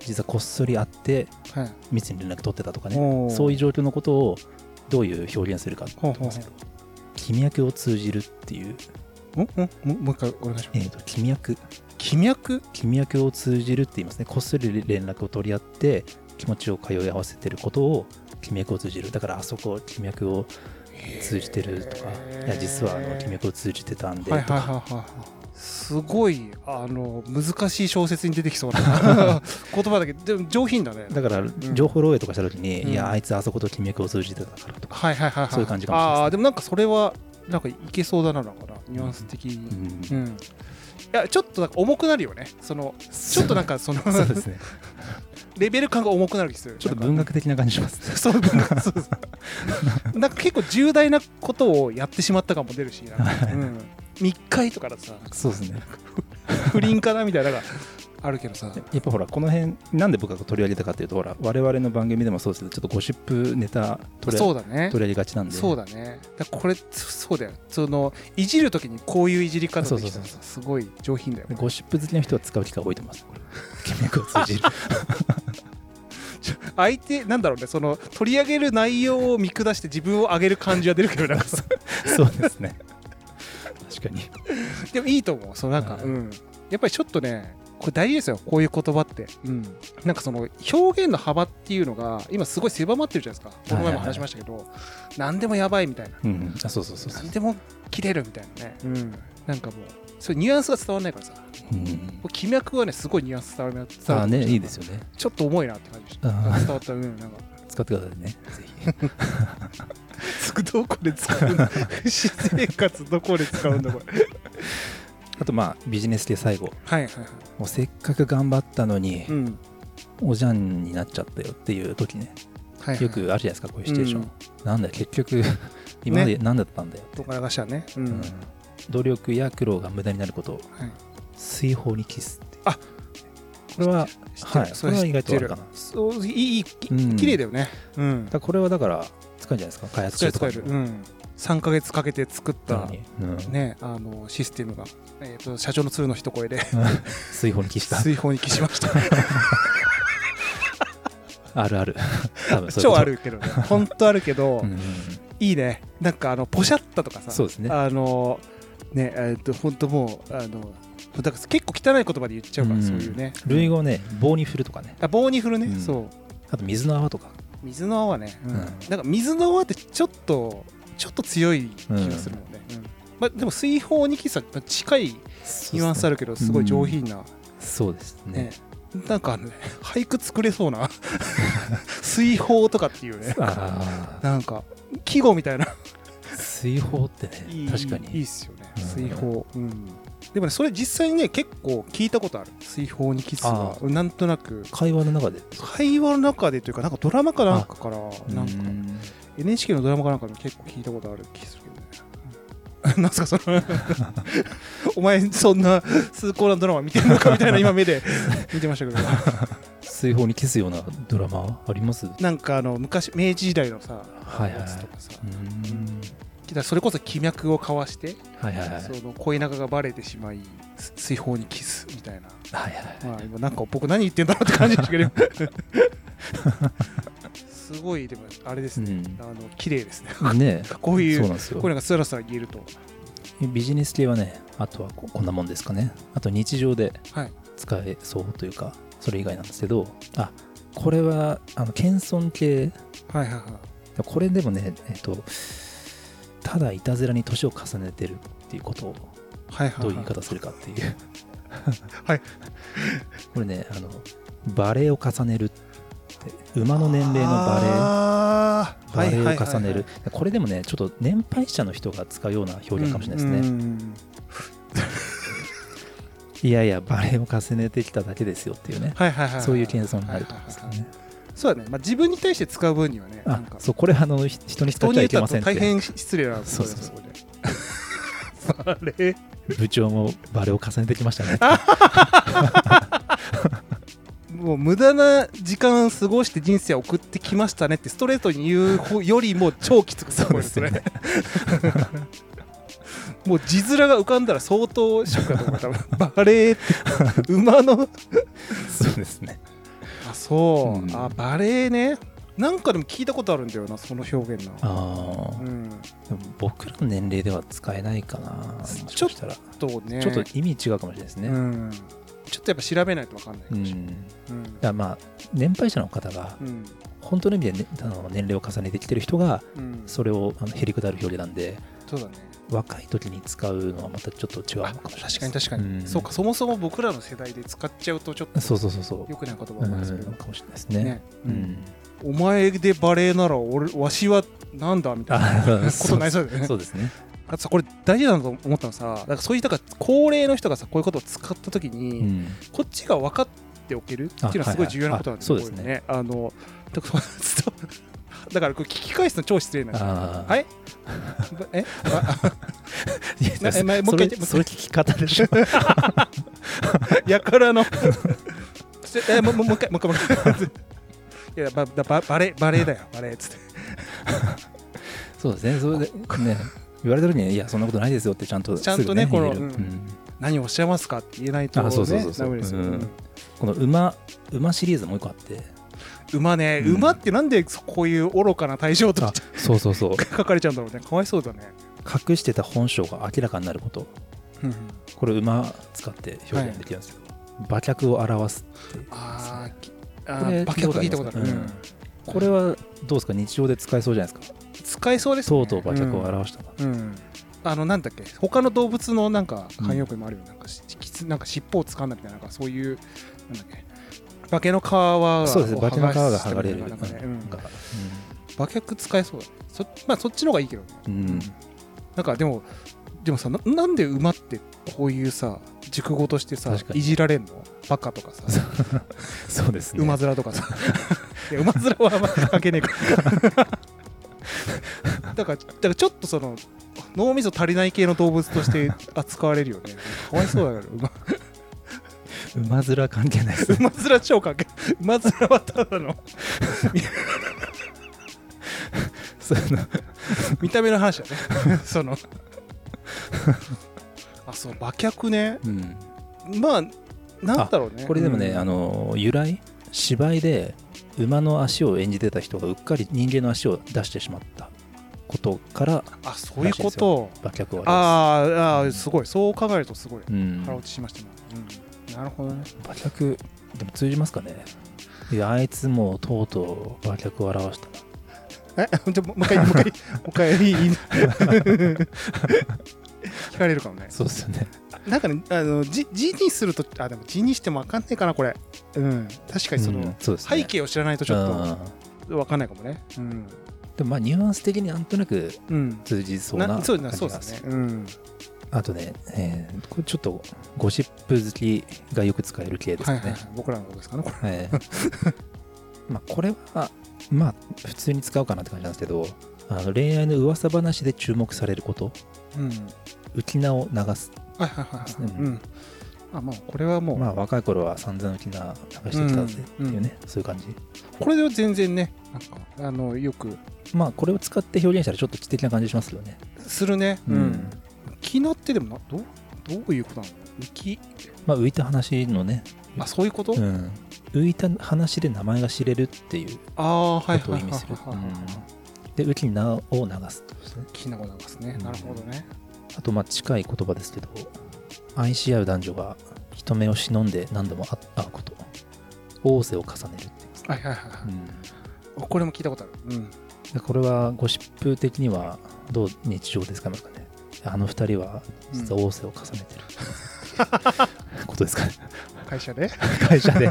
A: 実はこっそり会って
B: はい
A: 密に連絡取ってたとかね
B: おー
A: そういう状況のことをどういう表現するか
B: ほうほうほう
A: 君役を通じるっていう、
B: んんももう一回お願いしま
A: え
B: す
A: ー、と君役
B: 君役
A: 君役を通じるって言いますねこっそり連絡を取り合って気持ちを通い合わせてることを君役を通じるだからあそこ君役を通じてるとか
B: へー
A: いや実はあの君役を通じてたんでと
B: はいはいはい
A: か
B: はいはいすごいあの難しい小説に出てきそ うな言葉だけどでも上品だね
A: だから
B: ん
A: 情報漏洩とかした時に、
B: うん
A: いやあいつあそこと君役を通じてたからとか、
B: はいはいはい、はい、
A: そういう感じかもしれないです
B: ああーでもなんかそれはなんかいけそうだななんかなニュアンス的
A: う
B: に
A: ん
B: うん、いやちょっとなんか重くなるよねそのちょっとなんかその
A: そうですね
B: レベル感が重くなる気する
A: ちょっと
B: なん
A: 文学的な感じしますね
B: かそう文学そうそうなんか結構重大なことをやってしまった感も出るしなんか、うん、密会とかだとさ
A: そうですね
B: 不倫かなみたいなのがあるけどさ
A: やっぱほらこの辺なんで僕が取り上げたかっていうとほら我々の番組でもそうですけどちょっとゴシップネタ取り
B: そ
A: 上
B: うだね
A: げ取り上げがちなんで
B: そうだねだからこれそうだよそのいじるときにこういういじり方できた
A: そう
B: ら
A: そう
B: さすごい上品だよね
A: ゴシップ好きな人は使う機会多いと 思いますこれ君役を通 じる
B: 相手なんだろうねその取り上げる内容を見下して自分を上げる感じは出るけどなんかさ
A: そうですね確かに
B: でもいいと思うそのなんか、
A: はい
B: うん、やっぱりちょっとねこれ大事ですよこういう言葉って、うん、なんかその表現の幅っていうのが今すごい狭まってるじゃないですかこの前も話しましたけど、何でもやばいみたいな
A: うんあそうそうそうそう
B: 何でも切れるみたいなね、うん、なんかもうそういうニュアンスが伝わらないからさ
A: うん
B: これ気脈はねすごいニュアンス伝わるな伝わ
A: あ
B: る
A: あねいいですよね
B: ちょっと重いなって感じでした
A: あ
B: なん
A: ー
B: か伝わったう んなんか
A: 使ってくださいねぜひ
B: どこで使うの私生活どこで使うんだこれ
A: あとまあビジネス系最後
B: はいはいはい
A: もうせっかく頑張ったのに、
B: うん
A: おじゃんになっちゃったよっていう時ね
B: はいはい
A: よくあるじゃないですかこういうシチュエーション、
B: うん
A: なんだよ結局今まで何だったんだよ、
B: どこからがしはねうん、
A: うん努力や苦労が無駄になることを
B: はい
A: 水泡にキスっていう
B: あ
A: これは
B: 知ってる
A: はい
B: それ
A: これは
B: 知
A: 意
B: っ
A: 外とあ
B: て
A: る
B: る
A: かな
B: そういいいいき
A: うん
B: 綺麗だよねうん
A: だからこれはだから使うんじゃないですか開発
B: 使え
A: 者
B: る使える、うん、3か月かけて作った、
A: うん
B: ね、あのシステムが、えー、と社長の鶴の一 声で
A: 水泡にキスだ
B: 水泡に消しま した
A: あ るある多分そういう
B: 超
A: こと
B: あるけどね 本当あるけど、
A: うんうんうん
B: いいねなんかあのポシャったとかさ
A: そうですね
B: あのねえっ、と本当もうあのだから結構汚い言葉で言っちゃうから、
A: うん
B: そういうね
A: 類語をね棒に振るとかね
B: あ棒に振るね、
A: うん
B: そう
A: あと水の泡とか
B: 水の泡ね、うん
A: うん
B: なんか水の泡ってちょっとちょっと強い気がするもんね、うんまあ、でも水泡にキスは近いニュアンスあるけどすごい上品な、
A: そうですね
B: ねなんかあのね俳句作れそうな 水泡とかっていうね
A: あ
B: なんか季語みたいな
A: あ水泡ってね
B: いい
A: 確か
B: いい
A: に
B: っすよね
A: うん
B: 水泡、うんでもねそれ実際にね結構聞いたことある水泡にキスは
A: あ
B: なんとなく
A: 会話の中で
B: 会話の中でというかなんかドラマかなんかからなんか
A: うん
B: NHK のドラマかなんかでも結構聞いたことある気するけどね。なん すかそのお前そんな崇高なドラマ見てるのかみたいな今目で見てまし たけど
A: 水泡にキスようなドラマありますは
B: なんかあの昔明治時代のさ
A: はいはい
B: やつとかさ
A: うん
B: だからそれこそ気脈を交わして、
A: はいはいはい
B: その恋仲がバレてしまいす水泡にキスみたいな、
A: はいはい
B: まあ、今なんか僕何言ってんだろうって感じでしたけ どすごいでもあれですね、
A: うん
B: あの綺麗ですね
A: ね
B: こういう
A: そう
B: こ
A: なんですよ
B: ういうのがスラスラ言えると
A: ビジネス系はねあとはここんなもんですかねあと日常で
B: はい
A: 使えそうというかそれ以外なんですけどあこれはあの謙遜系
B: はいはいはい
A: これでもねえっとただいたずらに年を重ねてるっていうことを
B: はいは
A: どう
B: い
A: いう言い
B: はい、
A: 方するかっていう
B: はい
A: これねあのバレーを重ねるって馬の年齢のバレー
B: あー
A: バ
B: はい
A: レ
B: はいはいはい
A: ーを重ねる、これでもね、ちょっと年配者の人が使うような表現かもしれないですね。
B: うん
A: いやいや、バレーを重ねてきただけですよっていうね、
B: はいはいはいはい
A: そういう謙遜になると思うんですけど
B: はいはい
A: ね。
B: はいそうだね、まあ、自分に対して使う分にはねな
A: あ
B: んか
A: そう、これ、あのひ人に使
B: 人
A: っ
B: に
A: ちゃ
B: 言っ
A: いけ
B: た
A: ま
B: ら
A: せんっ
B: 大
A: て、
B: 変失礼なことです
A: そ
B: よそれ バレー
A: 部長もバレーを重ねてきましたね。
B: もう無駄な時間過ごして人生を送ってきましたねってストレートに言う方よりも超きつく
A: そうですね
B: これ もう字面が浮かんだら相当ショックだと思う多分バレーって馬の
A: そうですね。
B: あそう、
A: うん
B: あバレエねなんかでも聞いたことあるんだよなその表現な
A: ああ、
B: うん
A: でも僕らの年齢では使えないかな、もしかしたら。ち
B: とね
A: ょっと意味違うかもしれないですね。
B: うん、ちょっとやっぱ調べないと分かんないか
A: うん
B: も
A: だ
B: しれ
A: か
B: ない
A: らまあ、年配者の方が
B: う、ん
A: 本当の意味で、ね、あの年齢を重ねてきてる人が、
B: うんうんそ
A: それをあのへりくだる表現なんで、
B: うだね
A: 若い時に使うのはまたちょっと違うの
B: あ
A: かもしれない
B: 確かに確かに、
A: ん
B: そうかそもそも僕らの世代で使っちゃうとちょっと
A: そうそうそうそう
B: よくない言葉
A: う
B: なんんですけど、
A: かもしれないですね
B: ね
A: うん、
B: お前でバレエなら俺わしはなんだみたいな
A: あ
B: ことにな りそうだよね
A: そうですね
B: あとさこれ大事だなと思ったのさなんかそういうだから高齢の人がさこういうことを使った時に、
A: うん
B: こっちが分かっておけるっていうのはすごい重要なことなんです
A: あはいはいあそうですね
B: これあのだからそうだからこれ聞き返すの 超失礼なんですよ。
A: ああ
B: はい え あ
A: いやいや
B: なえ前もう
A: それ
B: 一回言ってもう一回
A: それ聞き方でしょ
B: やからの ちょえもうもうもう一回もう一回もう一回 いやばばばバレバレだよバレっつって
A: そうですねそれでね言われた時にいやそんなことないですよってちゃんと
B: ちゃんとね
A: すぐ
B: この
A: 言える
B: うん何をおっしゃいますかって言えないとね
A: あそうそうそうそう
B: ダメですよ、
A: うん
B: うん
A: この馬馬シリーズもう一個あって
B: 馬ね、
A: うん
B: 馬ってなんでこういう愚かな対象と
A: あ
B: して
A: そうそうそう
B: 書かれちゃうんだろうねかわいそうだね、
A: 隠してた本性が明らかになることこれ馬使って表現できるんですけど、馬脚を表すっていう
B: あーきあ
A: これ
B: ー馬脚聞いたことある、
A: 聞いたことありますかこれはどうですか日常で使えそうじゃないですか
B: 使えそうです
A: と
B: ね
A: うとう馬脚を表したな、
B: うん、うんあのなんだっけ他の動物のなんか慣用句にもあるよ、なんかしきつなんか尻尾を掴んだみたいななんかそういうなんだっけ馬毛の皮は
A: そうですね馬
B: を
A: 脚の皮が剥がれ
B: し
A: る
B: たみたいななんかねうん
A: が
B: 馬脚使えそうだねそ,、まあ、そっちの方がいいけどね
A: うん
B: なんかでもでもさななんで馬ってこういうさ熟語としてさ
A: 確かに
B: いじられんのバカとかさ
A: そうですね。
B: 馬面とかさいや馬面はあんま関係ねえか だからだからちょっとその脳みそ足りない系の動物として扱われるよねかわいそうだから馬
A: 馬面関係ないですね。
B: 馬面超関係馬面はただの
A: その
B: 見た目の話だねそのあそう馬脚ね
A: うん
B: まあなんだろうね
A: これでもね、
B: うん
A: あの由来芝居で馬の足を演じてた人がうっかり人間の足を出してしまったことから
B: あそういうこと
A: 馬脚をあ
B: あーあ
A: う
B: ー
A: ん
B: すごいそう考えるとすごい
A: ります、
B: 腹
A: うん
B: 落、ちしましたね、うんなるほどね
A: 馬脚でも通じますかねいやあいつもうとうとう馬脚を表したな
B: え じゃもう一回もう一回もう一回いいいい 聞かれるかもね
A: そうですよね
B: なんかねあの字字にするとあでも字にしても分かんないかなこれうん確かにその、
A: うんそうですね
B: 背景を知らないとちょっ
A: うん
B: と分かんないかもねうん、
A: でもまあニュアンス的になんとなく
B: うん、
A: 通じそうな
B: そう
A: 感
B: だ
A: じ
B: そう
A: が
B: ですね。うん。
A: あとね、えーこれちょっとゴシップ好きがよく使える系です
B: はい
A: ね、
B: はいはい。僕らのことですかね。これ
A: え えまあこれはまあ普通に使うかなって感じなんですけどあの恋愛の噂話で注目されること
B: うん。
A: 浮き名を流す
B: はいはいはいはい。
A: うん
B: うん。あまあこれはもう、
A: まあ若い頃は散々浮き名流してきたぜっていうね、そういう感じ
B: これでは全然ねなんかあのよく
A: まあこれを使って表現したらちょっと知的な感じしますよね
B: するね。うん。気なってでもなどうどういうことなの？浮き
A: まあ浮いた話のね、
B: あそういうこと？
A: うん、浮いた話で名前が知れるっていう
B: ああはい
A: ことを
B: はい
A: 意
B: は
A: 味
B: いはい
A: する
B: はいはい。
A: うんで浮き名を流すってことですね
B: 気なことなんですね。
A: うん
B: なるほどね。
A: あとまあ近い言葉ですけど愛し合う男女が人目を忍んで何度も会会うこと仰せを重ねるってい
B: はいはいはいは
A: う、
B: い。これも聞いたことある。うん。
A: でこれはゴシップ的にはどう日常で使いますかねあの二人は実は仰せを重ねてる、 ことですか ね
B: 会社で。
A: 会社で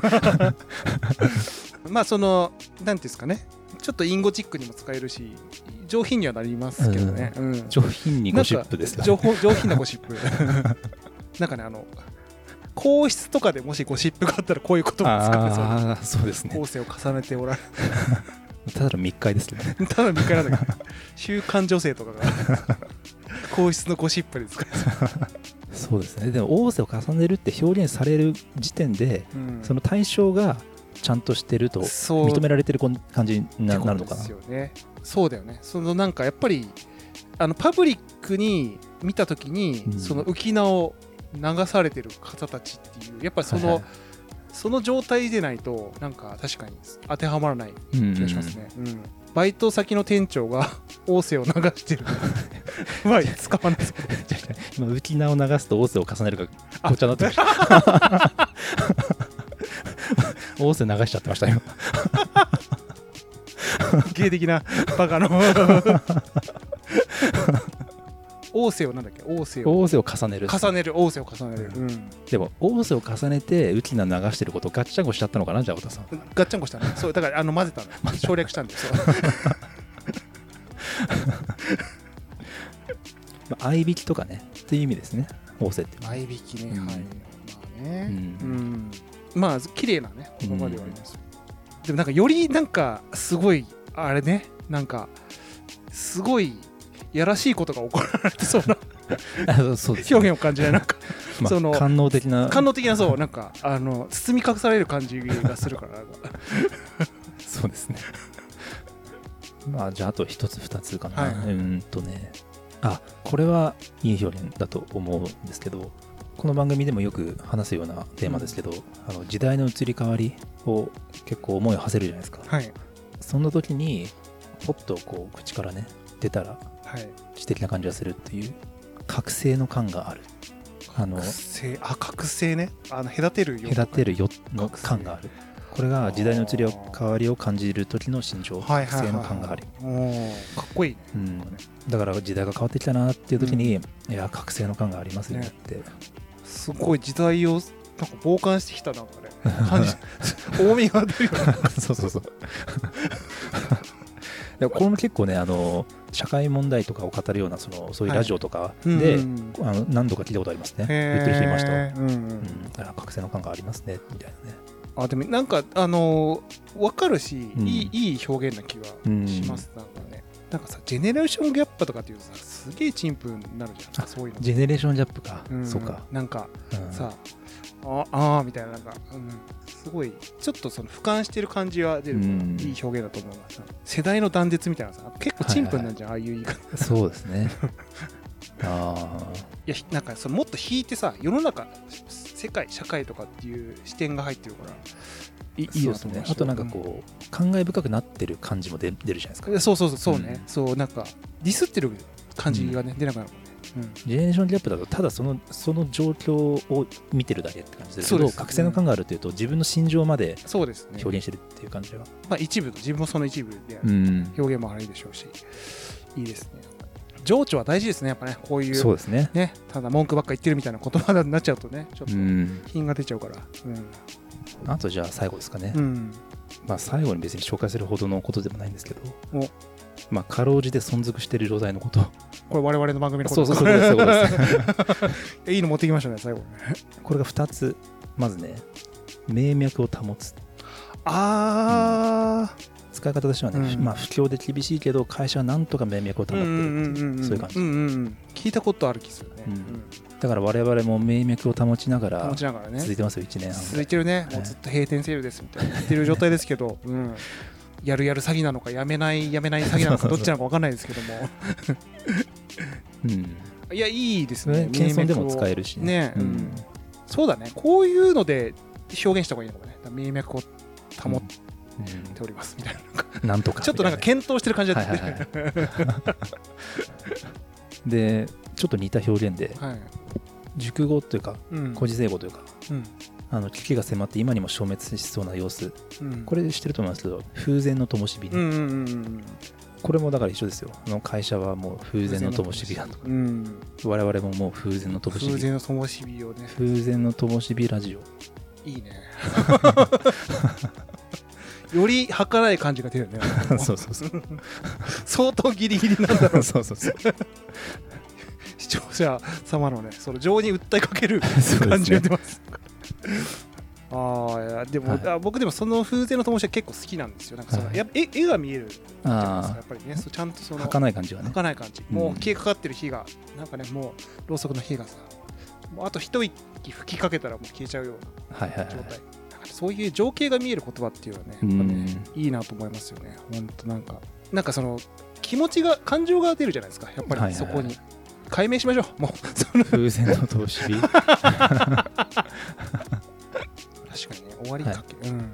B: まあそのなんていうんですかね。ちょっとインゴチックにも使えるし上品にはなりますけどね。うん。
A: 上品にゴシップです
B: か
A: よ
B: 情報上品なゴシップ なんかねあの皇室とかでもしゴシップがあったらこういうことも使ってそうな
A: ああそうですね
B: 後世を重ねておられ
A: ただの密会ですけどね
B: るただ見返らない週刊女性とかが皇室のゴシップで使えそ
A: そうですねでも仰せを重ねるって表現される時点で
B: う、
A: その対象がちゃんとしてると
B: そう
A: 認められてるこん感じにな
B: って
A: な
B: こ
A: るの
B: と
A: か
B: で
A: な
B: すよねそうだよねそのなんかやっぱりあのパブリックに見た時に、
A: うん
B: その浮き名を流されてる方たちっていうやっぱりその、
A: はいはい
B: その状態でないとなんか確かに当てはまらない
A: うん
B: 気がします ね、うんバイト先の店長が音声を流し てるまあ使わないですけど
A: 違う違う今浮き名を流すと音声を重ねる がごっちゃにな ってました音声流しちゃってました今
B: 芸的なバカの音声をなんだっけ音声を
A: 音声を重ねる
B: 重ねる音声を重ねる、うん
A: でも音声を重ねて浮き名流してることをガッチャンコしちゃったのかなじゃあ太田さん
B: ガッチャンコしたね そうだからあの混ぜたの省略したんですよ
A: まあ合いびきとかねっていう意味ですね音声 って
B: 合いびきね、
A: うん
B: はいまあね、
A: う
B: うん
A: ん
B: まあ綺麗なね言葉ではありますよ、でもなんかよりなんかすごいあれねなんかすごいやらしいことが起こられてそうな
A: あそうです
B: 表現を感じないなんか
A: まあ
B: その
A: 官能的な
B: 感動的なそうなんかあの包み隠される感じがするから なんか
A: そうですね。 まあ、じゃあ、あと一つ、二つかな。
B: はいう
A: ーんとね。あ、これはいい表現だと思うんですけど、この番組でもよく話すようなテーマですけど、あの時代の移り変わりを結構思いを馳せるじゃないですか。
B: はい
A: そんな時に、ポッとこう、口からね、出たら
B: はい
A: 知的な感じがするっていう、覚醒の感がある。あの
B: 覚、醒あ覚醒ねあの隔てるよ
A: 隔てるよの感がある。これが時代の移り変わりを感じる時の心情、
B: はい
A: 覚
B: は
A: 醒
B: いはいは
A: の
B: い
A: 感がある。
B: おーかっこいいね
A: うん、だから時代が変わってきたなっていう時に、いや覚醒の感がありますよねって、
B: すごい時代をなんか傍観してきたなんかね 感じ重みが出るよね
A: そうそうそうやこれも結構ねあの社会問題とかを語るようなそのそういうラジオとか で、
B: うん
A: あの何度か聞いたことありますね言
B: へー
A: ってる人いました、うん、
B: うんうん
A: あ覚醒の感がありますねみたいなね
B: あでもなんかあのー、分かるし、
A: うん
B: いいいい表現な気はします、なんかねなんかさジェネレーションギャップとかっていうとさすげえ陳腐になるじゃんそういうの
A: ジェネレーションジャップか、
B: うん
A: そうか、
B: なんか
A: うん
B: さ、ああーみたいななんか、うん、すごいちょっとその俯瞰してる感じは出るから、
A: うん
B: いい表現だと思います世代の断絶みたいなさ結構陳腐になるじゃん、ああいう言い方
A: そうです ねああ
B: いやひなんかそのもっと引いてさ世の中世界社会とかっていう視点が入ってるからいいい
A: そう
B: よ
A: ですねあとなんかこう感慨深くなってる感じも出出るじゃないですか
B: そうそうそうそうね、
A: うん
B: そうなんかディスってる感じがね、出なくなるもんね、うん
A: ジェネレーションギャップだとただそのその状況を見てるだけって感じですけ
B: そう
A: ど
B: です
A: 覚醒の感があるというと自分の心情まで
B: そうですね、
A: 表現してるっていう感じが、
B: まあ、一部と自分もその一部であ
A: う
B: る、
A: ん
B: 表現もあるでしょうしいいですね情緒は大事ですねやっぱねこういう
A: そうですね
B: ねただ文句ばっか言ってるみたいな言葉になっちゃうとねちょっと
A: うん
B: 品が出ちゃうから
A: あとじゃあ最後ですかね、
B: うん、うん、
A: まあ最後に別に紹介するほどのことでもないんですけど
B: お
A: まあかろうじて存続している状態のこと
B: これ我々の番組のこ
A: そ
B: と
A: うそうそういうことですそういうことです
B: いいの持ってきましたね最後ね
A: これが2つまずね命脈を保つ
B: あ
A: 使い方としてはね、
B: うん
A: まあ不況で厳しいけど会社はなんとか命脈を保
B: あ、
A: ってるって
B: ん
A: いうそういう感じ、
B: んうんうん聞いたことある気するね、
A: う
B: うんん
A: だから我々も命脈を保ちながら
B: 保ちながらね
A: 続いてますよ1年半ぐ
B: 続
A: ら
B: い
A: い
B: てるね、
A: い
B: もうずっと閉店セールですみたいな言ってる状態ですけど、うん、やるやる詐欺なのか、やめないやめない詐欺なのか、どっちなのか分かんないですけ ども、
A: うん
B: いや、いいです
A: それ
B: ね、
A: 謙遜でも使えるし
B: ね
A: う
B: うんん、そうだね、こういうので表現した方がいいのかね、名脈を保っておりますみたいな、
A: うんなんとか
B: ちょっとなんか
A: み
B: 検討してる感じだ
A: た
B: っ
A: い
B: た
A: なね
B: ね、
A: はいはいはいでちょっと似た表現で
B: はい
A: 熟語というか
B: うん
A: 古事成語というか
B: うん
A: あの危機が迫って今にも消滅しそうな様子
B: うん
A: これ知ってると思いますけど風前の灯火ね、
B: うんうんうんうん
A: これもだから一緒ですよあの会社はもう風前の灯火だと
B: うん
A: 我々ももう風前の灯
B: 風
A: 火
B: 前の灯火をね、
A: 風前の灯火ラジオ
B: い いね。より儚い感じが出るね。
A: そうそうそう
B: 相当ギリギリなんだろう
A: そうそう そう
B: 視聴者様のねその情に訴えか ける
A: すね
B: 感じが出ます ああいやでも、
A: はい
B: あ僕でもその風情の灯火は結構好きなんですよなんかその、
A: はい
B: やっぱ絵絵が見えるじゃないですか
A: あ
B: やっぱりねそうちゃんとそ
A: あ
B: の
A: 儚い感じがね
B: 儚い感じ、
A: うん
B: もう消えかかってる火がなんかねもうろうそくの火がさもうあと一息吹きかけたらもう消えちゃうよう
A: はいはいは
B: ない状態、なんかそういう情景が見える言葉っていうのはね,、ねいいなと思いますよね本当なんかなんかその気持ちが感情が出るじゃないですかやっ
A: は
B: ぱ
A: い
B: り
A: はい
B: そ
A: はい
B: こに、解明しましょうもう その
A: 風船の投資日
B: 確かにね終わりかけ、うん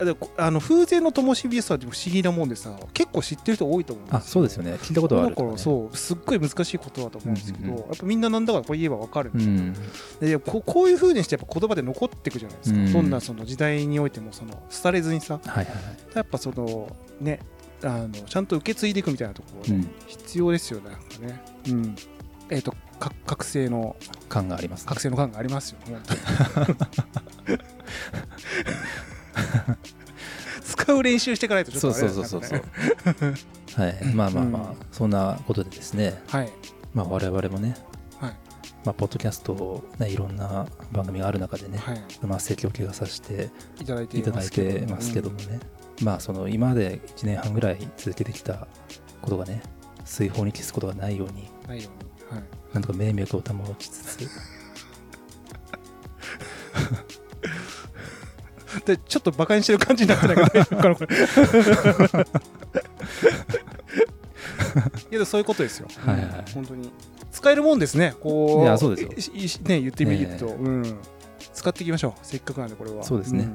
B: あでもこあの風前の灯火さでも不思議なもんでさ結構知ってる人多いと思う ん
A: あそうですよ
B: ね
A: ね聞いたことはある
B: だからそうすっごい難しいことだと思うんですけど、
A: うんうんうん
B: やっぱみんななんだかこれ言えばわかる、
A: うん
B: でここういうふうにしてやっぱ言葉で残っていくじゃないですか、
A: うん
B: どんなその時代においてもその廃れずにさ
A: はいはいはい
B: やっぱそのねあのちゃんと受け継いでいくみたいなところ、ね
A: うん
B: 必要ですよねなんかね、うん、えっ、とか覚醒の
A: 感がありますね
B: 覚醒の感がありますよ、本当に 使う練習していかないとちょっと
A: そう
B: あれ
A: そ
B: で
A: う
B: す
A: そう
B: ね
A: そうそう
B: なんかね
A: はいまあまあまあ
B: う
A: そんなことでですね
B: はい
A: まあ我々もね
B: はい
A: まあポッドキャストをねいろんな番組がある中でね
B: はい
A: まあ積極がさせて
B: いただいて
A: いただいてますけどもねまあその今まで1年半ぐらい続けてきたことがね水泡に消すことがないように
B: うんないようにはい
A: なんとか命脈を保ちつつ
B: でちょっとバカにしてる感じになってないけど大丈 夫かなこれいやでもそういうことですよ、
A: はいはいはい
B: 本当に使えるもんですねこう
A: いやそうです
B: よね言ってみると、
A: ね
B: うん使っていきましょうせっかくなんでこれは
A: そうですね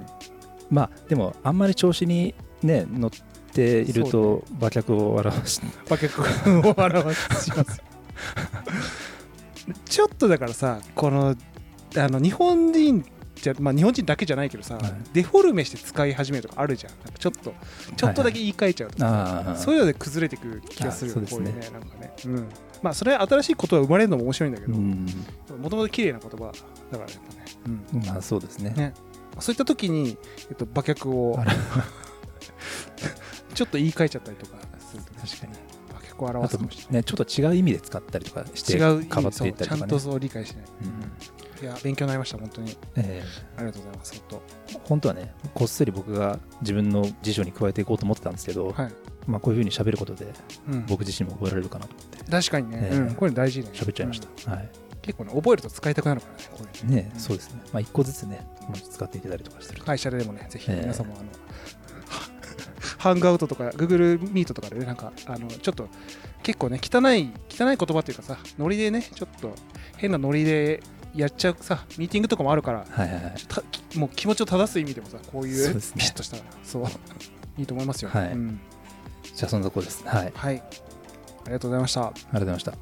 A: まあでもあんまり調子にね乗っている
B: そう
A: と馬脚を表し
B: バケ君を表します ちょっとだからさこのあの日本人じゃまあ日本人だけじゃないけどさ、
A: はい
B: デフォルメして使い始めるとかあるじゃんなんかちょっとちょっとだけ言い換えちゃうとかさ、
A: ああ
B: そういうので崩れていく気がするよ
A: あそう
B: こう
A: で
B: い
A: す
B: う
A: ね
B: ねなんかね、うん、まあそれは新しいことは生まれるのも面白いんだけど
A: うん
B: もともと綺麗な言葉だからやっぱね、うん
A: まあそうですね
B: ねそういった 時に、えっと、馬脚を
A: あら
B: ちょっと言い換えちゃったりとかするとね
A: 確かに
B: あ結構
A: あ
B: 表す
A: と
B: かもしれない
A: ねちょっと違う意味で使ったりとかして
B: 違
A: 変わ
B: う
A: っていったり
B: そう
A: と
B: ちゃ
A: か
B: ん
A: ね
B: とそう理解しない、
A: うん
B: いや勉強になりました本当に
A: え
B: ありがとうございます本
A: え本当はねこっそり僕が自分の辞書に加えていこうと思ってたんですけど、
B: 当はい、
A: まあ、こういうふうに喋ることで
B: うん、
A: 僕自身も覚えられるかなと思って
B: 確かにね、
A: ええ
B: うん、これ大事ね
A: 喋っちゃいまし
B: うん
A: た、はい
B: 結構ね覚えると使いたくなるからねこれね
A: ね
B: うん
A: そうですね、まあ、一個ずつね、まあ使っていただいたりとかすると、
B: 会社でもねぜひ
A: ええ
B: 皆さんもあの、 ハングアウトとか Google ミートとかでねなんかあのちょっと結構ね汚い汚い言葉というかさノリでねちょっと変なノリでやっちゃうさミーティングとかもあるから
A: はいはいはい、
B: たもう気持ちを正す意味でもさこうい
A: そう
B: う
A: で
B: ピ
A: すね
B: シッとしたそういいと思いますよ
A: はい
B: うん
A: じゃあそんなとこですねはいあり
B: はい、ありがとうございました
A: がとうございました